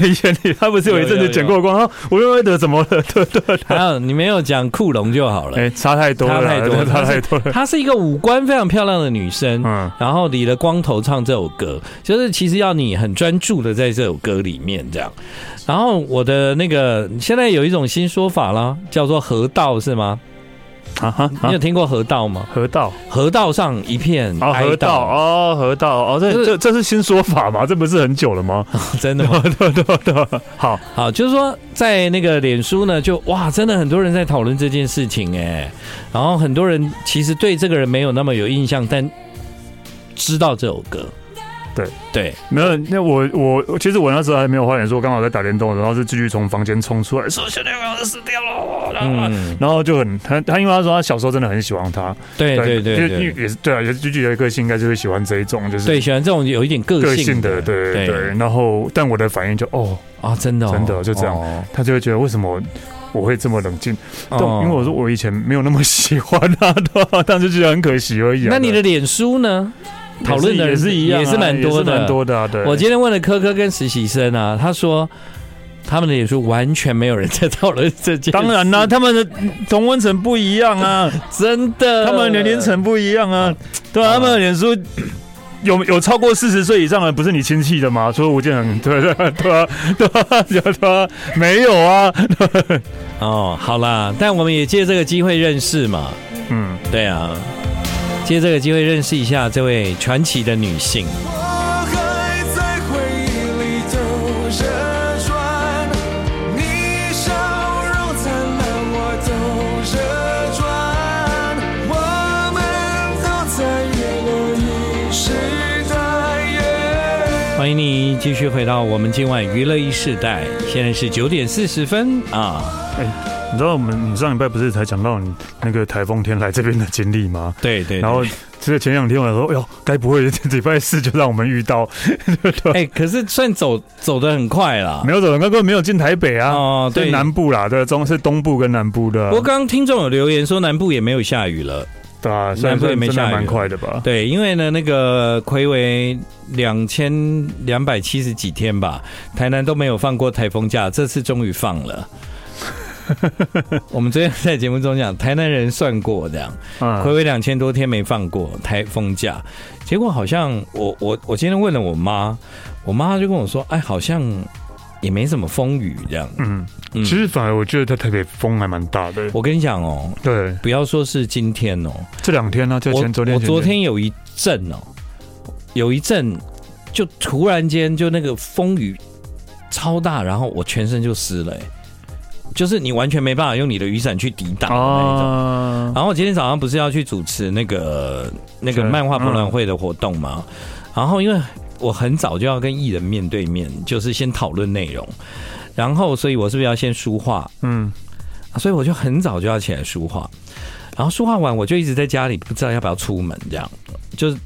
[SPEAKER 2] 眼里，他不是有一阵
[SPEAKER 1] 有
[SPEAKER 2] 子
[SPEAKER 1] 有
[SPEAKER 2] 剪过光？然后维诺纳瑞德怎么了？对对对，
[SPEAKER 1] 还有你没有讲库龙就好了。
[SPEAKER 2] 哎，差太多了，
[SPEAKER 1] 差太多
[SPEAKER 2] [laughs]
[SPEAKER 1] 了
[SPEAKER 2] 对差太多了。
[SPEAKER 1] 她是一个五官非常漂亮的女生，
[SPEAKER 2] 嗯
[SPEAKER 1] 然后理了光头唱这首歌，就是其实要你很专注的在这首歌里面这样。然后我的那个现在有一种新说法啦，叫做河道是吗？
[SPEAKER 2] 啊哈，啊
[SPEAKER 1] 你有听过河道吗？
[SPEAKER 2] 河道
[SPEAKER 1] 河道上一片
[SPEAKER 2] 哦，
[SPEAKER 1] 哀
[SPEAKER 2] 河
[SPEAKER 1] 悼，
[SPEAKER 2] 道哦，河道哦，这
[SPEAKER 1] 就是
[SPEAKER 2] 这这是新说法吗？这不是很久了
[SPEAKER 1] [laughs]
[SPEAKER 2] 吗？
[SPEAKER 1] [laughs] 真的吗？
[SPEAKER 2] 对对对，好，
[SPEAKER 1] 好，就是说在那个脸书呢，就哇，真的很多人在讨论这件事情哎，然后很多人其实对这个人没有那么有印象，但知道这首歌，
[SPEAKER 2] 对
[SPEAKER 1] 对，
[SPEAKER 2] 没有，那我我其实我那时候还没有花脸说，刚好在打电动，然后是继续从房间冲出来，说兄弟我要死掉了，然后、
[SPEAKER 1] 嗯，
[SPEAKER 2] 然后就很他他因为他说他小时候真的很喜欢他，
[SPEAKER 1] 对对
[SPEAKER 2] 因
[SPEAKER 1] 对
[SPEAKER 2] 为因为
[SPEAKER 1] 对。
[SPEAKER 2] 也是对啊，也是拒绝的个性应该就是喜欢这一种就是
[SPEAKER 1] 对，喜欢这种有一点个
[SPEAKER 2] 个
[SPEAKER 1] 性
[SPEAKER 2] 性的，对对对。然后但我的反应就哦，
[SPEAKER 1] 啊，真的哦
[SPEAKER 2] 真的就这样
[SPEAKER 1] 哦
[SPEAKER 2] 他就会觉得为什么我会这么冷静？但
[SPEAKER 1] 哦
[SPEAKER 2] 因为我说我以前没有那么喜欢他的， [laughs] 但是觉得很可惜而已啊。
[SPEAKER 1] 那你的脸书呢？
[SPEAKER 2] 对
[SPEAKER 1] 讨论的
[SPEAKER 2] 也
[SPEAKER 1] 人
[SPEAKER 2] 是一样啊，
[SPEAKER 1] 也是蛮多
[SPEAKER 2] 也是蛮
[SPEAKER 1] 的。
[SPEAKER 2] 多的啊。对，
[SPEAKER 1] 我今天问了科科跟实习生啊，他说他们的脸书完全没有人在讨论这件事，
[SPEAKER 2] 当然啦、他们的同温层不一
[SPEAKER 1] [laughs]
[SPEAKER 2] 样啊，
[SPEAKER 1] 真的，
[SPEAKER 2] 他们的年龄层不一样啊，对
[SPEAKER 1] 哦
[SPEAKER 2] 啊，他们的脸书。有有超过四十岁以上的不是你亲戚的吗？除了吴建衡，对对对啊对啊对啊对啊，没有啊，
[SPEAKER 1] 哦，好啦，但我们也借这个机会认识嘛，
[SPEAKER 2] 嗯，
[SPEAKER 1] 对啊，借这个机会认识一下这位传奇的女性。
[SPEAKER 4] 我还在回忆里兜着转，你笑容灿烂，我兜着转。我们都在月落一时的夜，
[SPEAKER 1] 欢迎你继续回到我们今晚娱乐一世代，现在是九点四十分啊，
[SPEAKER 2] 哎你知道我们你上礼拜不是才讲到你那个台风天来这边的经历吗？
[SPEAKER 1] 对对
[SPEAKER 2] 然后这个前两天我还说，哎呦，该不会 [laughs] 礼拜四就让我们遇到？ [laughs]
[SPEAKER 1] 哎、可是算走走的很快啦。
[SPEAKER 2] 没有走，刚刚根本没有进台北啊，
[SPEAKER 1] 哦
[SPEAKER 2] 是
[SPEAKER 1] 对
[SPEAKER 2] 南部啦，对，中是东部跟南部的啊、
[SPEAKER 1] 不过刚刚听众有留言说南部也没有下雨了，
[SPEAKER 2] 对啊，虽然
[SPEAKER 1] 南部也
[SPEAKER 2] 说
[SPEAKER 1] 没
[SPEAKER 2] 真的
[SPEAKER 1] 下雨
[SPEAKER 2] 蛮快的吧？
[SPEAKER 1] 对，因为呢那个魁为两千两百七十几天吧，台南都没有放过台风假，这次终于放了。我们昨天在节目中讲，台南人算过这样，
[SPEAKER 2] 嗯
[SPEAKER 1] 回违两千多天没放过台风假，结果好像我我我今天问了我妈，我妈就跟我说，哎，好像也没什么风雨这样。
[SPEAKER 2] 嗯，
[SPEAKER 1] 嗯
[SPEAKER 2] 其实反而我觉得在台北风还蛮大的。
[SPEAKER 1] 我跟你讲哦，
[SPEAKER 2] 对，
[SPEAKER 1] 不要说是今天哦，
[SPEAKER 2] 这两天呢、就
[SPEAKER 1] 我
[SPEAKER 2] 前昨天
[SPEAKER 1] 我
[SPEAKER 2] 前
[SPEAKER 1] 昨天有一阵哦，有一阵就突然间就那个风雨超大，然后我全身就湿了、哎就是你完全没办法用你的雨伞去抵挡的那一种。
[SPEAKER 2] 啊，
[SPEAKER 1] 然后我今天早上不是要去主持那个那个漫画博览会的活动吗？然后因为我很早就要跟艺人面对面，就是先讨论内容，然后所以我是不是要先书画？
[SPEAKER 2] 嗯，
[SPEAKER 1] 所以我就很早就要起来书画，然后书画完我就一直在家里不知道要不要出门，这样就是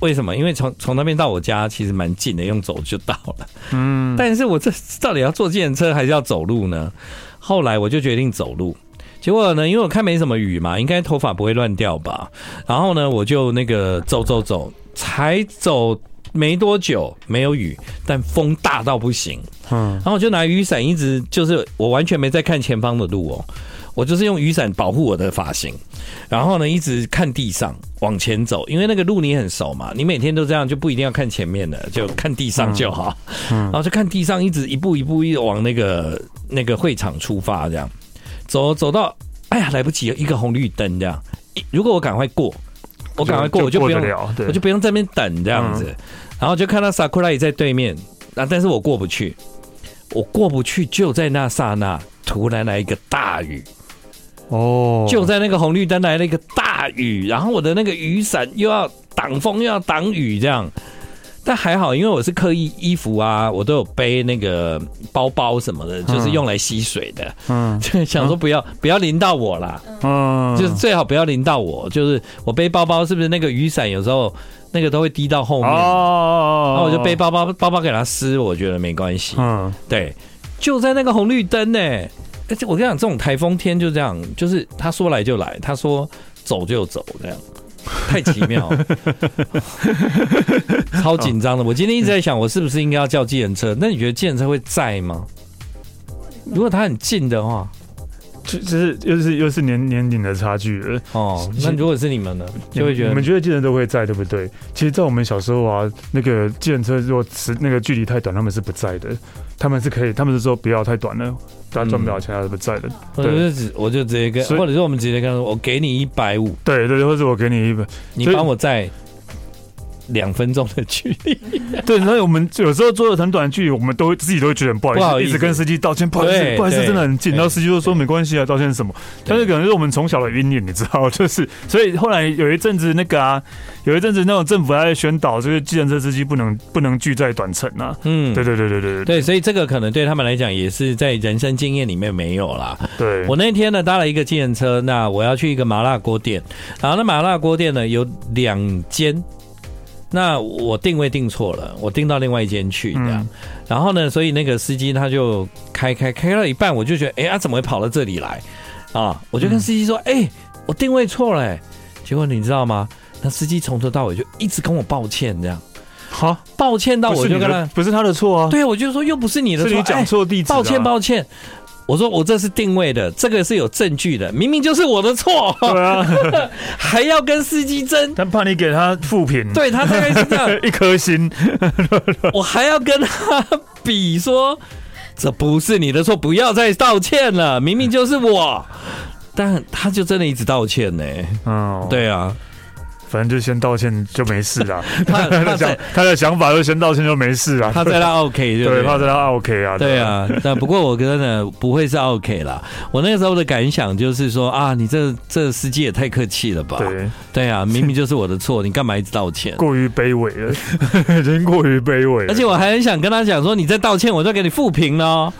[SPEAKER 1] 为什么？因为从从那边到我家其实蛮近的，用走就到了。嗯，但是我这到底要坐电车还是要走路呢？后来我就决定走路。结果呢，因为我看没什么雨嘛，应该头发不会乱掉吧。然后呢，我就那个走走走，才走没多久，没有雨，但风大到不行。
[SPEAKER 2] 嗯，
[SPEAKER 1] 然后我就拿雨伞，一直就是我完全没在看前方的路哦，我就是用雨伞保护我的发型，然后呢一直看地上往前走，因为那个路你很熟嘛，你每天都这样就不一定要看前面的，就看地上就好，
[SPEAKER 2] 嗯
[SPEAKER 1] 然后就看地上一直一步一步一直往那个那个会场出发这样，走走到哎呀来不及了，一个红绿灯这样，一如果我赶快过，我赶快过我就不
[SPEAKER 2] 过得
[SPEAKER 1] 用
[SPEAKER 2] 了，对，嗯
[SPEAKER 1] 我就不用在那边等这样子。然后就看到 Sakura 也在对面，啊，但是我过不去，我过不去，就在那刹那，突然来一个大雨，
[SPEAKER 2] 哦，
[SPEAKER 1] 就在那个红绿灯来了一个大雨，然后我的那个雨伞又要挡风又要挡雨这样。但还好，因为我是刻意衣服啊，我都有背那个包包什么的，就是用来吸水的，
[SPEAKER 2] 嗯
[SPEAKER 1] 就想说不要不要淋到我啦。
[SPEAKER 2] 嗯，
[SPEAKER 1] 就是最好不要淋到我。就是我背包包，是不是那个雨伞有时候那个都会滴到后面？啊
[SPEAKER 2] 哦，
[SPEAKER 1] 然后我就背包包包包给它湿，我觉得没关系。
[SPEAKER 2] 嗯，
[SPEAKER 1] 对，就在那个红绿灯呢、而且我跟你讲，这种台风天就这样，就是他说来就来，他说走就走这样。太奇
[SPEAKER 2] [laughs]
[SPEAKER 1] 妙了，超紧张的。我今天一直在想，我是不是应该要叫计程车？那你觉得计程车会在吗？如果它很近的话，
[SPEAKER 2] 就就是又是又是年年龄的差距了，
[SPEAKER 1] 哦，那如果是你们呢，就会觉
[SPEAKER 2] 你
[SPEAKER 1] 得
[SPEAKER 2] 们觉得计程车会在，对不对？其实，在我们小时候啊，那个计程车如果时那个距离太短，他们是不在的，他们是可以，他们是说不要太短了，大家赚
[SPEAKER 1] 嗯
[SPEAKER 2] 不了钱，他是不在的。
[SPEAKER 1] 我就直我就直接跟，
[SPEAKER 2] 所以
[SPEAKER 1] 或者是我们直接跟他说，我给你一百五，
[SPEAKER 2] 对对，或者我给你一本，
[SPEAKER 1] 你
[SPEAKER 2] 所以
[SPEAKER 1] 帮我在两分钟的距离。
[SPEAKER 2] 对，所以我们有时候做的很短的距离，我们都会自己都会觉得很不好意思，
[SPEAKER 1] 不好意思
[SPEAKER 2] 一直跟司机道歉，不好意思，
[SPEAKER 1] 对
[SPEAKER 2] 不好意思，真的很近。
[SPEAKER 1] 对
[SPEAKER 2] 然后司机就说没关系啊，道歉什么？但是可能是我们从小的阴影，你知道，就是所以后来有一阵子那个啊，有一阵子那种政府还在宣导，就是计程车司机不能不能聚在短程啊。
[SPEAKER 1] 嗯，
[SPEAKER 2] 对对对对对对
[SPEAKER 1] 对，所以这个可能对他们来讲也是在人生经验里面没有啦。
[SPEAKER 2] 对，
[SPEAKER 1] 我那天呢搭了一个计程车，那我要去一个麻辣锅店，然后那麻辣锅店呢有两间，那我定位定错了，我定到另外一间去这样，
[SPEAKER 2] 嗯
[SPEAKER 1] 然后呢，所以那个司机他就开开开到一半，我就觉得，哎、他、怎么会跑到这里来啊？我就跟司机说，哎、我定位错了、哎结果你知道吗？那司机从头到尾就一直跟我抱歉，这样
[SPEAKER 2] 好，
[SPEAKER 1] 抱歉到
[SPEAKER 2] 不
[SPEAKER 1] 我
[SPEAKER 2] 是
[SPEAKER 1] 就
[SPEAKER 2] 你
[SPEAKER 1] 跟
[SPEAKER 2] 的
[SPEAKER 1] 他，
[SPEAKER 2] 不是他的错啊，
[SPEAKER 1] 对我就说又不是你的错，
[SPEAKER 2] 是你
[SPEAKER 1] 哎
[SPEAKER 2] 讲错地址啊，
[SPEAKER 1] 抱歉，抱歉。我说我这是定位的，这个是有证据的，明明就是我的 [laughs] 错，
[SPEAKER 2] 对啊， [laughs]
[SPEAKER 1] 还要跟司机争。
[SPEAKER 2] 他怕你给他负评，，
[SPEAKER 1] 对他大概是这样，
[SPEAKER 2] 一颗星， [laughs]
[SPEAKER 1] 我还要跟他比说，这不是你的错，不要再道歉了，明明就是我。但他就真的一直道歉呢、
[SPEAKER 2] 嗯，，
[SPEAKER 1] 对啊， [laughs]
[SPEAKER 2] 反正就先道歉就没事啦。
[SPEAKER 1] 怕
[SPEAKER 2] [laughs] 他
[SPEAKER 1] 怕
[SPEAKER 2] 的
[SPEAKER 1] [laughs]
[SPEAKER 2] 想
[SPEAKER 1] 再
[SPEAKER 2] 他的想法就先道歉就没事啦。
[SPEAKER 1] 怕再让 [laughs] OK 就
[SPEAKER 2] [laughs] 对，
[SPEAKER 1] 对了
[SPEAKER 2] 怕再拉 OK 啊。
[SPEAKER 1] 对，啊，但不过我真的不会是 OK 啦。我那个时候的感想就是说啊，你这这司机也太客气了吧？
[SPEAKER 2] 对，
[SPEAKER 1] 对啊，明明就是我的错，你干嘛一直道歉？
[SPEAKER 2] 过于卑微了， [laughs] 已经过于卑微了。
[SPEAKER 1] 而且我还很想跟他讲说，你再道歉，我就给你复评了 [laughs] 哦，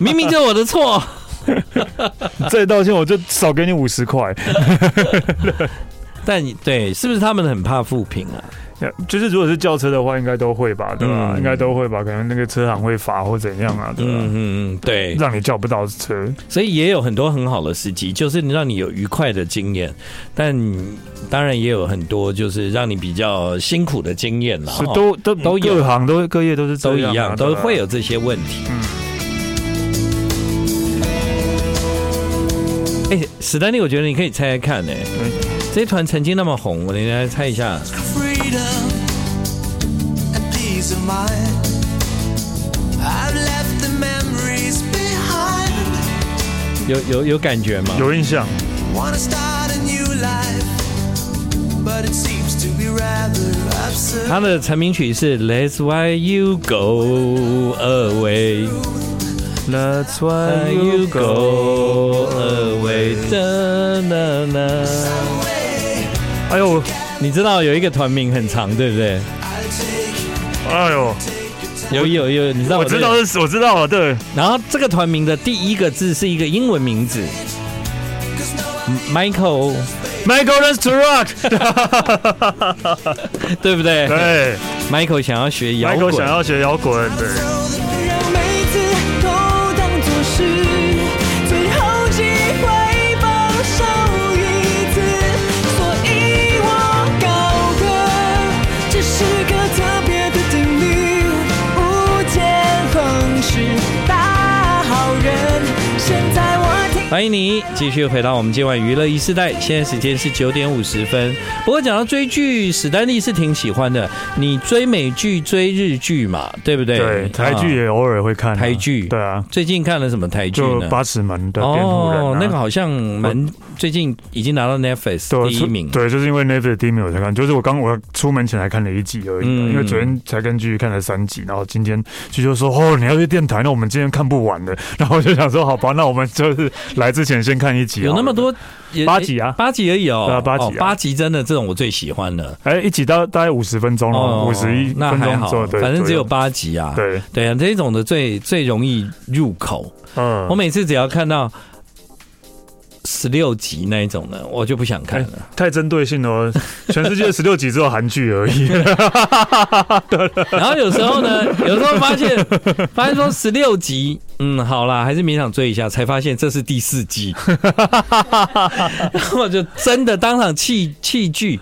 [SPEAKER 1] 明明就是我的错。
[SPEAKER 2] 再道歉，我就少给你五十块。 [laughs]
[SPEAKER 1] 但你对，是不是他们很怕复评啊？
[SPEAKER 2] 就是如果是轿车的话，应该都会吧，对吧？
[SPEAKER 1] 嗯
[SPEAKER 2] 应该都会吧，可能那个车行会罚或怎样啊，对吧？
[SPEAKER 1] 嗯嗯哦嗯，对，
[SPEAKER 2] 让你叫不到车，
[SPEAKER 1] 所以也有很多很好的司机，就是让你有愉快的经验，但当然也有很多就是让你比较辛苦的经验了。
[SPEAKER 2] 是
[SPEAKER 1] 哦
[SPEAKER 2] 都都
[SPEAKER 1] 都有
[SPEAKER 2] 各行都各业都是
[SPEAKER 1] 都
[SPEAKER 2] 这
[SPEAKER 1] 一
[SPEAKER 2] 样
[SPEAKER 1] 样，嗯
[SPEAKER 2] 啊，
[SPEAKER 1] 都会
[SPEAKER 2] 有。
[SPEAKER 1] 有这些问题。哎、史丹利，我觉得你可以猜猜看、哎、
[SPEAKER 2] 嗯
[SPEAKER 1] 这一团曾经那么红，你来猜一下。
[SPEAKER 4] freedom and peace of mind. I've left the memories behind.
[SPEAKER 1] 有有有感觉吗？
[SPEAKER 2] 有印象，
[SPEAKER 4] Wanna start a new life, but it seems to be rather absurd.
[SPEAKER 1] 他的成名曲是《Let's Why You Go Away》，Let's Why You Go Away，哒啦啦。
[SPEAKER 2] 哎呦，
[SPEAKER 1] 你知道有一个团名很长，对不对？
[SPEAKER 2] 哎呦，
[SPEAKER 1] 有有有，你知道
[SPEAKER 2] 我
[SPEAKER 1] 我这个
[SPEAKER 2] 知道是，我知道啊，对，
[SPEAKER 1] 然后这个团名的第一个字是一个英文名字嗯，Michael，
[SPEAKER 2] Michael l e s to Rock，
[SPEAKER 1] [laughs] 对不对
[SPEAKER 2] 对
[SPEAKER 1] ？Michael 想要学摇
[SPEAKER 2] 哎，Michael
[SPEAKER 1] 滚，
[SPEAKER 2] 想要学摇滚，对，
[SPEAKER 4] 让每次都当作是最后机会，放手一次。所以我高歌，这是个特别的定律，无坚横是大好人。现在我听。
[SPEAKER 1] 欢迎你继续回到我们今晚娱乐一世代，现在时间是九点五十分。不过讲到追剧，史丹利是挺喜欢的，你追美剧、追日剧嘛，对不对？
[SPEAKER 2] 对，台剧
[SPEAKER 1] 啊、
[SPEAKER 2] 也偶尔会看啊，
[SPEAKER 1] 台剧
[SPEAKER 2] 对啊，
[SPEAKER 1] 最近看了什么台剧
[SPEAKER 2] 就
[SPEAKER 1] 呢？哦
[SPEAKER 2] 八尺门的辩护人、啊
[SPEAKER 1] 那个好像蛮最近已经拿到 Netflix
[SPEAKER 2] 对
[SPEAKER 1] 第
[SPEAKER 2] 是
[SPEAKER 1] 一名。
[SPEAKER 2] 对，就是因为 Netflix 第一名我才看，就是我刚我出门前才看了一集而已啊、
[SPEAKER 1] 嗯
[SPEAKER 2] 因为昨天才跟继续看了三集，然后今天继续说哦你要去电台，那我们今天看不完的， [laughs] 然后我就想说好吧，那我们就是来之前先看一集，啊
[SPEAKER 1] 有那么多也
[SPEAKER 2] 八集啊
[SPEAKER 1] 八集而已哦，
[SPEAKER 2] 对啊八集啊
[SPEAKER 1] 哦八集真的这种我最喜欢了，
[SPEAKER 2] 好了，哎、一集大大概五十分钟了，五哦十一
[SPEAKER 1] 哦那
[SPEAKER 2] 分
[SPEAKER 1] 还
[SPEAKER 2] 钟左
[SPEAKER 1] 好，
[SPEAKER 2] 右，对，
[SPEAKER 1] 反正只有
[SPEAKER 2] 左右
[SPEAKER 1] 八集啊，
[SPEAKER 2] 对，
[SPEAKER 1] 对啊，这种的最最容易入口。
[SPEAKER 2] 嗯，
[SPEAKER 1] 我每次只要看到十六集那一种呢，我就不想看了。
[SPEAKER 2] 太针对性了哦，全世界十六集只有韩剧
[SPEAKER 1] [laughs]
[SPEAKER 2] 而已。 [laughs]
[SPEAKER 1] 然后有时候呢，有时候发现发现说十六集，嗯，好啦，还是勉强追一下，才发现这是第四集，
[SPEAKER 2] [laughs]
[SPEAKER 1] 然后我就真的当场弃弃剧。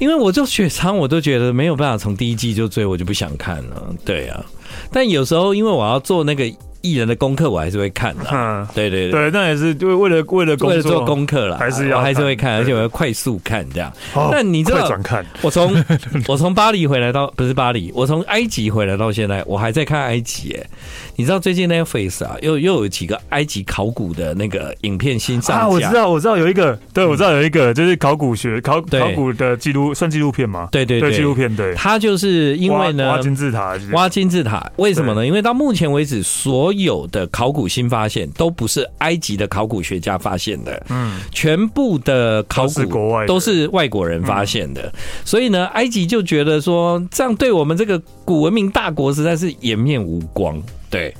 [SPEAKER 1] 因为我就雪藏，我都觉得没有办法从第一季就追，我就不想看了。对啊，但有时候因为我要做那个艺人的功课，我还是会看的、
[SPEAKER 2] 嗯，
[SPEAKER 1] 对对对，
[SPEAKER 2] 对，那也是就为了为了工作
[SPEAKER 1] 为了做功课啦，
[SPEAKER 2] 还是要
[SPEAKER 1] 我还是会看，
[SPEAKER 2] 看
[SPEAKER 1] 而且我要快速看这样。
[SPEAKER 2] 哦
[SPEAKER 1] 但你知
[SPEAKER 2] 快
[SPEAKER 1] 道
[SPEAKER 2] 转看
[SPEAKER 1] 我从 [laughs] 我从巴黎回来到不是巴黎，我从埃及回来到现在，我还在看埃及耶。你知道最近 Netflix 啊，又又有几个埃及考古的那个影片新上架，嗯
[SPEAKER 2] 啊！我知道，我知道有一个，对我知道有一个，就是考古学考
[SPEAKER 1] 对
[SPEAKER 2] 考古的纪录，算纪录片吗？
[SPEAKER 1] 对对
[SPEAKER 2] 对，纪录片对。
[SPEAKER 1] 他就是因为
[SPEAKER 2] 挖
[SPEAKER 1] 呢
[SPEAKER 2] 挖。金字塔，就是
[SPEAKER 1] 挖金字塔，为什么呢？因为到目前为止，所有的考古新发现都不是埃及的考古学家发现的，
[SPEAKER 2] 嗯，
[SPEAKER 1] 全部的考
[SPEAKER 2] 都是国外
[SPEAKER 1] 古
[SPEAKER 2] 的嗯
[SPEAKER 1] 都是外国人发现的，所以呢，埃及就觉得说，这样对我们这个古文明大国实在是颜面无光。对，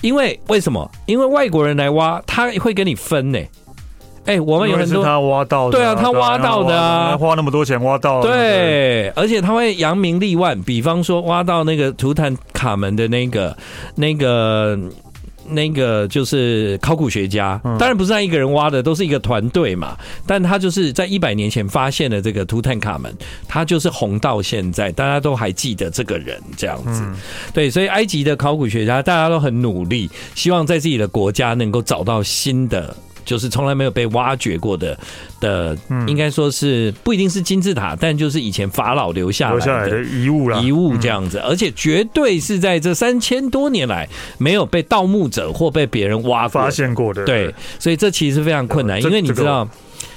[SPEAKER 1] 因为为什么？因为外国人来挖，他会跟你分呢、哎、我们有
[SPEAKER 2] 因为
[SPEAKER 1] 很
[SPEAKER 2] 是
[SPEAKER 1] 多。
[SPEAKER 2] 他挖到的，
[SPEAKER 1] 对啊他挖到的啊
[SPEAKER 2] 他花那么多钱挖到的，
[SPEAKER 1] 对，而且他会扬名立万，比方说挖到那个图坦卡门的那个、那个、那个，就是考古学家，当然不是他一个人挖的，都是一个团队嘛。但他就是在一百年前发现了这个图坦卡门，他就是红到现在，大家都还记得这个人这样子。
[SPEAKER 2] 嗯
[SPEAKER 1] 对，所以埃及的考古学家大家都很努力，希望在自己的国家能够找到新的。就是从来没有被挖掘过的的，
[SPEAKER 2] 嗯
[SPEAKER 1] 应该说是不一定是金字塔，但就是以前法老留下
[SPEAKER 2] 留下
[SPEAKER 1] 来
[SPEAKER 2] 来的嗯
[SPEAKER 1] 的
[SPEAKER 2] 遗物啦，
[SPEAKER 1] 遗物这样子，而且绝对是在这三千多年来没有被盗墓者或被别人挖过
[SPEAKER 2] 发现过的，
[SPEAKER 1] 对，所以这其实非常困难，
[SPEAKER 2] 呃这
[SPEAKER 1] 因为你
[SPEAKER 2] 这个
[SPEAKER 1] 知道。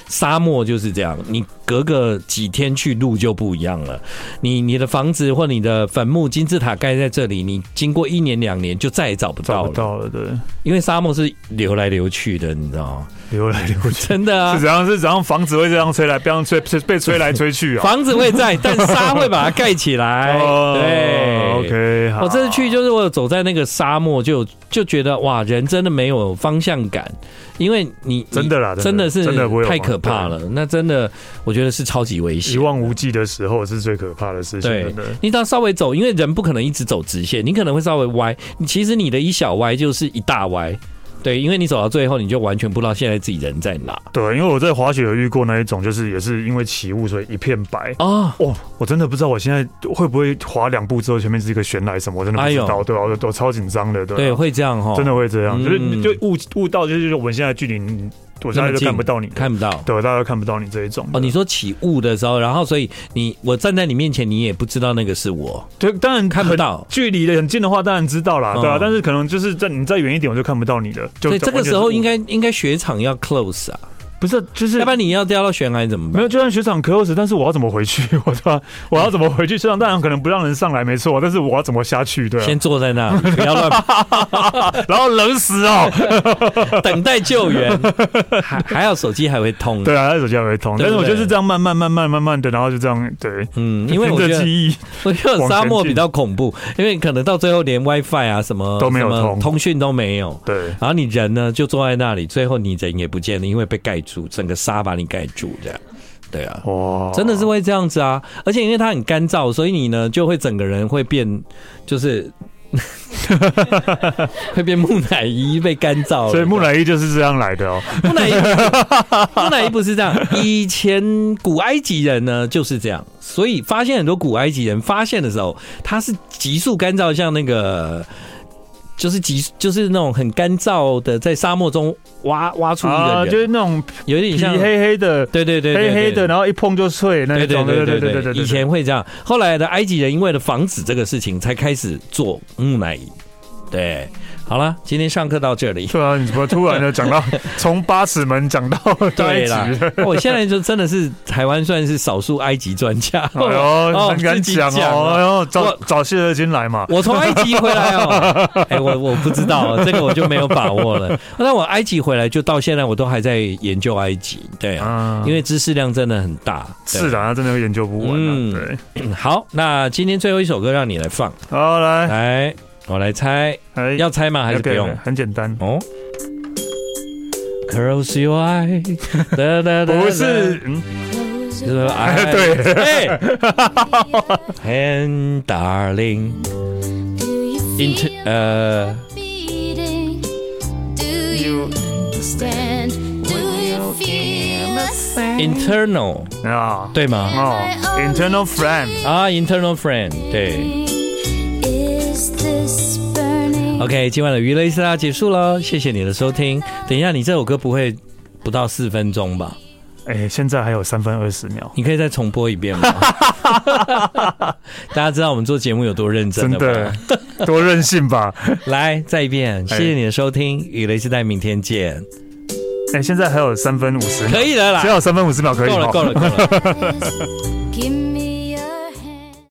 [SPEAKER 1] 沙漠就是这样，你隔个几天去路就不一样了。你你的房子或你的坟墓、金字塔盖在这里，你经过一年两年就再也找不
[SPEAKER 2] 找
[SPEAKER 1] 到
[SPEAKER 2] 不
[SPEAKER 1] 了，
[SPEAKER 2] 到了，对，
[SPEAKER 1] 因为沙漠是流来流去的，你知道
[SPEAKER 2] [laughs]
[SPEAKER 1] 吗？
[SPEAKER 2] 流来流去。
[SPEAKER 1] 真的
[SPEAKER 2] 是
[SPEAKER 1] [laughs] 啊，
[SPEAKER 2] 怎样？是怎样？房子会这样吹来，不样吹吹被吹
[SPEAKER 1] [laughs]
[SPEAKER 2] 来吹去啊！
[SPEAKER 1] 房子会在，但沙会把它盖起来。
[SPEAKER 2] [laughs] 哦
[SPEAKER 1] 哎对
[SPEAKER 2] ，OK，好
[SPEAKER 1] 我这次去就是我有走在那个沙漠就，就觉得哇，人真的没有方向感，因为你你
[SPEAKER 2] 真的啦
[SPEAKER 1] 真
[SPEAKER 2] 真
[SPEAKER 1] 的
[SPEAKER 2] 的
[SPEAKER 1] 是
[SPEAKER 2] 真的不会有
[SPEAKER 1] 太可怕了。那真的，我觉得是超级危
[SPEAKER 2] 一
[SPEAKER 1] 险。
[SPEAKER 2] 望无际的时候是最可怕的事情，
[SPEAKER 1] 对
[SPEAKER 2] 真的。
[SPEAKER 1] 你只要稍微走，因为人不可能一直走直线，你可能会稍微歪。你其实你的一小歪就是一大歪，对，因为你走到最后，你就完全不知道现在自己人在哪
[SPEAKER 2] 对，因为我在滑雪有遇过那一种，就是也是因为起雾，所以一片白。
[SPEAKER 1] 哦。
[SPEAKER 2] 哦，我真的不知道我现在会不会滑两步之后前面是一个悬崖什么，我真的不知
[SPEAKER 1] 哎
[SPEAKER 2] 道。
[SPEAKER 1] 呦
[SPEAKER 2] 对啊，我我超紧张的，对
[SPEAKER 1] 对，
[SPEAKER 2] 啊，
[SPEAKER 1] 会这样哈，
[SPEAKER 2] 真的会这样，
[SPEAKER 1] 嗯
[SPEAKER 2] 就是就雾雾到就是我们现在距离你，我现在就看不到你，
[SPEAKER 1] 看不到。
[SPEAKER 2] 对，大家都看不到你这一种。
[SPEAKER 1] 哦，你说起雾的时候，然后所以你我站在你面前，你也不知道那个是我。
[SPEAKER 2] 对，当然
[SPEAKER 1] 看不
[SPEAKER 2] 很
[SPEAKER 1] 到
[SPEAKER 2] 距离的很近的话，当然知道啦，对啊
[SPEAKER 1] 嗯，
[SPEAKER 2] 但是可能就是在你再远一点，我就看不到你了。就
[SPEAKER 1] 所以这个时
[SPEAKER 2] 完全是雾
[SPEAKER 1] 候应该应该雪场要 close 啊，
[SPEAKER 2] 不是，就是
[SPEAKER 1] 要不然你要掉到悬崖怎么
[SPEAKER 2] 没
[SPEAKER 1] 办？
[SPEAKER 2] 有，就算雪场 close，但是我要怎么回去？我说我要怎么回去？雪场当然可能不让人上来，没错，但是我要怎么下去？对、
[SPEAKER 1] 先坐在那
[SPEAKER 2] [laughs]
[SPEAKER 1] 里，不要乱
[SPEAKER 2] 啊，然后冷死哦。
[SPEAKER 1] 等待救援，还还好手机还会通。
[SPEAKER 2] 对啊，他手机还会通，
[SPEAKER 1] 对
[SPEAKER 2] 但
[SPEAKER 1] 不对
[SPEAKER 2] 是我就是这样慢慢慢慢慢慢的，然后就这样对，
[SPEAKER 1] 嗯，因为我
[SPEAKER 2] 凭
[SPEAKER 1] 觉
[SPEAKER 2] 着
[SPEAKER 1] 得
[SPEAKER 2] 记忆
[SPEAKER 1] 我觉得沙漠比较恐怖，因为可能到最后连 WiFi 啊什么
[SPEAKER 2] 都没有
[SPEAKER 1] 什么
[SPEAKER 2] 通
[SPEAKER 1] 通讯都没有。
[SPEAKER 2] 对。
[SPEAKER 1] 然后你人呢就坐在那里，最后你人也不见了，因为被盖住，整个沙把你盖住这样。对啊，
[SPEAKER 2] 哇，
[SPEAKER 1] 真的是会这样子啊！而且因为它很干燥，所以你呢就会整个人会变，就是 [laughs] 会变木乃伊，被干燥了。
[SPEAKER 2] 所以木乃伊就是这样来的哦。
[SPEAKER 1] 木乃伊，木乃伊不是这样。以前古埃及人呢就是这样，所以发现很多古埃及人发现的时候，他是急速干燥，像那个。就是急，就是那种很干燥的，在沙漠中挖挖出一个
[SPEAKER 2] 啊，
[SPEAKER 1] 人，
[SPEAKER 2] 就是那种
[SPEAKER 1] 有点
[SPEAKER 2] 皮
[SPEAKER 1] 像，
[SPEAKER 2] 黑黑的，
[SPEAKER 1] 对对对，对
[SPEAKER 2] 黑黑
[SPEAKER 1] 对
[SPEAKER 2] 的，然后一碰就碎那
[SPEAKER 1] 对对
[SPEAKER 2] 种。
[SPEAKER 1] 对对
[SPEAKER 2] 对
[SPEAKER 1] 对
[SPEAKER 2] 对
[SPEAKER 1] 以前会这样。后来的埃及人因为了防止这个事情，才开始做木乃伊。对，好了，今天上课到这
[SPEAKER 2] [laughs]
[SPEAKER 1] 里。
[SPEAKER 2] 对啊，你怎么突然的讲到从八尺门讲到埃
[SPEAKER 1] 对啦
[SPEAKER 2] 及？，
[SPEAKER 1] 我现在就真的是台湾算是少数埃及专家。
[SPEAKER 2] [laughs] 哎呦，很敢
[SPEAKER 1] 自己
[SPEAKER 2] 讲哦！
[SPEAKER 1] 啊
[SPEAKER 2] 哎呦，找
[SPEAKER 1] 我
[SPEAKER 2] 找谢德金来嘛。
[SPEAKER 1] 我从埃及回来哦，
[SPEAKER 2] [laughs]
[SPEAKER 1] 哎，我我不知道，这个我就没有把握了。 [laughs] 那我埃及回来就到现在，我都还在研究埃及，对啊，
[SPEAKER 2] 啊
[SPEAKER 1] 因为知识量真的很大。对
[SPEAKER 2] 是的，啊他真的研究不完
[SPEAKER 1] 嗯
[SPEAKER 2] 啊。对，
[SPEAKER 1] 好，那今天最后一首歌让你来放，
[SPEAKER 2] 好来，
[SPEAKER 1] 来，我来猜，
[SPEAKER 2] 哎
[SPEAKER 1] 要猜吗？还是不
[SPEAKER 2] 要给
[SPEAKER 1] 用？
[SPEAKER 2] 很简单。
[SPEAKER 1] 哦， Close your eyes，哒 [laughs] 哒哒哒
[SPEAKER 2] 不是，嗯，
[SPEAKER 1] 是
[SPEAKER 2] [laughs]
[SPEAKER 1] 吧哎
[SPEAKER 2] 对 [laughs]
[SPEAKER 1] 哎，And darling into uh, 呃
[SPEAKER 5] you stand? Do you feel the same?
[SPEAKER 1] internal
[SPEAKER 2] 啊，
[SPEAKER 1] 对吗？
[SPEAKER 2] 哦，internal friend，
[SPEAKER 1] 啊，internal friend 对。
[SPEAKER 5] Is this burning?
[SPEAKER 1] OK，今晚的娱乐一斯拉结束喽，谢谢你的收听。等一下，你这首歌不会不到四分钟吧？
[SPEAKER 2] 哎，现在还有三分二十秒，
[SPEAKER 1] 你可以再重播一
[SPEAKER 2] [laughs]
[SPEAKER 1] 遍吗？大家知道我们做节目有多认真了
[SPEAKER 2] 真的
[SPEAKER 1] 吧？
[SPEAKER 2] 多任性吧？
[SPEAKER 1] 来，再一遍，谢谢你的收听，与雷斯代明天见。啊
[SPEAKER 2] 哎，现在还有三分五十，
[SPEAKER 1] 可以了
[SPEAKER 2] 只
[SPEAKER 1] 啦，
[SPEAKER 2] 有三分五十秒可以
[SPEAKER 1] 够
[SPEAKER 2] 哦
[SPEAKER 1] 了，够了，够了。
[SPEAKER 5] Give me